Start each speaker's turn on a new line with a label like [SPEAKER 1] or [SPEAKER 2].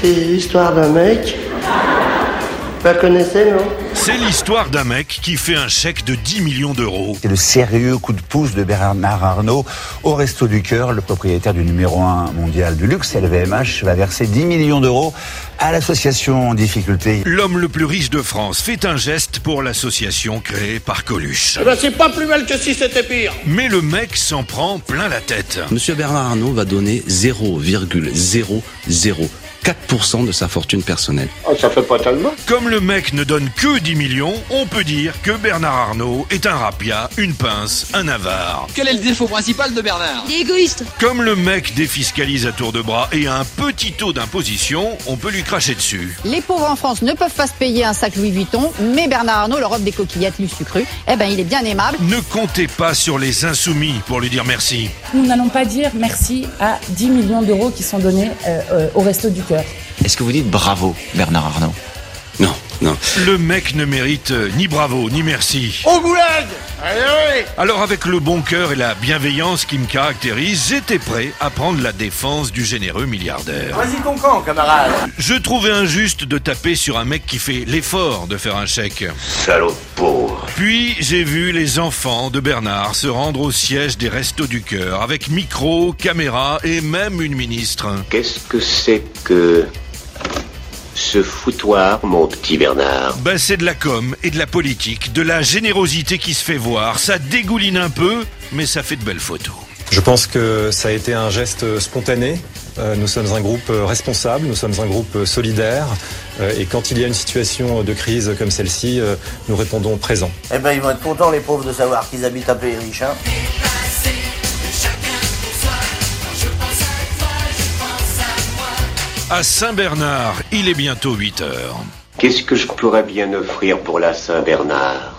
[SPEAKER 1] C'est l'histoire d'un mec. Vous la connaissez, non
[SPEAKER 2] C'est l'histoire d'un mec qui fait un chèque de 10 millions d'euros.
[SPEAKER 3] C'est le sérieux coup de pouce de Bernard Arnault au Resto du Cœur. Le propriétaire du numéro 1 mondial du luxe, LVMH, va verser 10 millions d'euros à l'association en difficulté.
[SPEAKER 2] L'homme le plus riche de France fait un geste pour l'association créée par Coluche.
[SPEAKER 4] Eh ben, c'est pas plus mal que si c'était pire.
[SPEAKER 2] Mais le mec s'en prend plein la tête.
[SPEAKER 5] Monsieur Bernard Arnault va donner 0,004% de sa fortune personnelle.
[SPEAKER 4] Ah, ça fait pas tellement.
[SPEAKER 2] Comme le mec ne donne que 10 millions, on peut dire que Bernard Arnault est un rapia, une pince, un avare.
[SPEAKER 6] Quel est le défaut principal de Bernard
[SPEAKER 7] Il est égoïste.
[SPEAKER 2] Comme le mec défiscalise à tour de bras et a un petit taux d'imposition, on peut lui cracher dessus.
[SPEAKER 8] Les pauvres en France ne peuvent pas se payer un sac Louis Vuitton, mais Bernard Arnault leur offre des coquillettes lui sucrues. Eh ben, il est bien aimable.
[SPEAKER 2] Ne comptez pas sur les insoumis pour lui dire merci.
[SPEAKER 9] Nous n'allons pas dire merci à 10 millions d'euros qui sont donnés euh, euh, au Resto du Cœur.
[SPEAKER 10] Est-ce que vous dites bravo, Bernard Arnault
[SPEAKER 5] Non, non.
[SPEAKER 2] Le mec ne mérite euh, ni bravo ni merci.
[SPEAKER 4] Au goulag Allez, allez
[SPEAKER 2] Alors avec le bon cœur et la bienveillance qui me caractérise, j'étais prêt à prendre la défense du généreux milliardaire.
[SPEAKER 4] Vas-y ton camp, camarade.
[SPEAKER 2] Je trouvais injuste de taper sur un mec qui fait l'effort de faire un chèque.
[SPEAKER 11] Salaud de pauvre.
[SPEAKER 2] Puis j'ai vu les enfants de Bernard se rendre au siège des Restos du Cœur avec micro, caméra et même une ministre.
[SPEAKER 11] Qu'est-ce que c'est que ce foutoir, mon petit Bernard
[SPEAKER 2] Ben c'est de la com et de la politique, de la générosité qui se fait voir. Ça dégouline un peu, mais ça fait de belles photos.
[SPEAKER 12] Je pense que ça a été un geste spontané. Euh, Nous sommes un groupe euh, responsable, nous sommes un groupe euh, solidaire. Euh, Et quand il y a une situation euh, de crise comme celle-ci, euh, nous répondons présent.
[SPEAKER 1] Eh ben, ils vont être contents, les pauvres, de savoir qu'ils habitent un pays riche, hein.
[SPEAKER 2] À Saint-Bernard, il est bientôt 8 heures.
[SPEAKER 11] Qu'est-ce que je pourrais bien offrir pour la Saint-Bernard